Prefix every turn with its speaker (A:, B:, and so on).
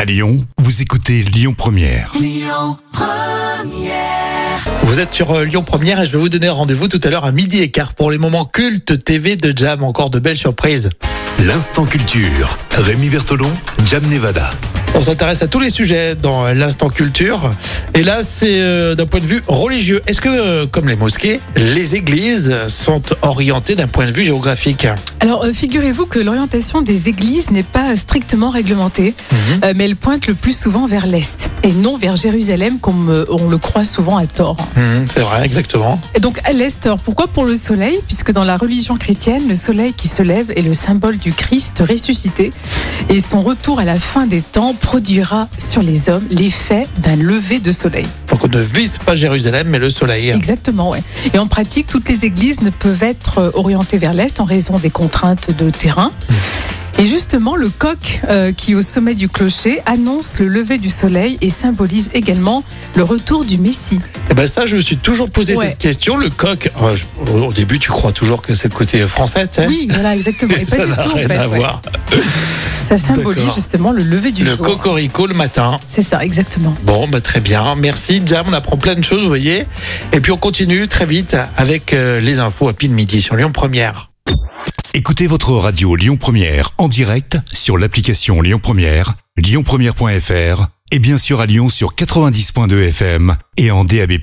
A: À Lyon, vous écoutez Lyon Première.
B: Vous êtes sur euh, Lyon Première et je vais vous donner rendez-vous tout à l'heure à midi et quart pour les moments cultes TV de Jam. Encore de belles surprises.
A: L'instant culture. Rémi Bertolon, Jam Nevada.
B: On s'intéresse à tous les sujets dans euh, l'instant culture. Et là, c'est euh, d'un point de vue religieux. Est-ce que, euh, comme les mosquées, les églises sont orientées d'un point de vue géographique
C: Alors, euh, figurez-vous que l'orientation des églises n'est pas strictement réglementée, euh, mais elle pointe le plus souvent vers l'Est, et non vers Jérusalem, comme euh, on le croit souvent à tort.
B: Mhm, C'est vrai, exactement.
C: Et donc, à l'Est, alors, pourquoi pour le soleil Puisque dans la religion chrétienne, le soleil qui se lève est le symbole du Christ ressuscité, et son retour à la fin des temps produira sur les hommes l'effet d'un lever de soleil.
B: Donc on ne vise pas Jérusalem, mais le soleil.
C: Exactement, ouais. Et en pratique, toutes les églises ne peuvent être euh, orientées vers l'est en raison des contraintes de terrain. Et justement, le coq euh, qui, au sommet du clocher, annonce le lever du soleil et symbolise également le retour du Messie.
B: Et ben ça, je me suis toujours posé
C: Ouais.
B: cette question. Le coq, euh, je- au au début, tu crois toujours que c'est le côté français, tu sais
C: Oui, voilà, exactement. Et pas
B: Ça
C: du
B: n'a
C: tout, en
B: rien
C: fait,
B: à
C: ouais.
B: voir.
C: Ça symbolise
B: D'accord.
C: justement le lever du
B: Le
C: jour.
B: cocorico le matin.
C: C'est ça, exactement.
B: Bon, bah, très bien. Merci, Jam. On apprend plein de choses, vous voyez. Et puis, on continue très vite avec euh, les infos à pile midi sur Lyon Première.
A: Écoutez votre radio Lyon Première en direct sur l'application Lyon Première, lyonpremière.fr et bien sûr à Lyon sur 90.2 FM et en DAB+.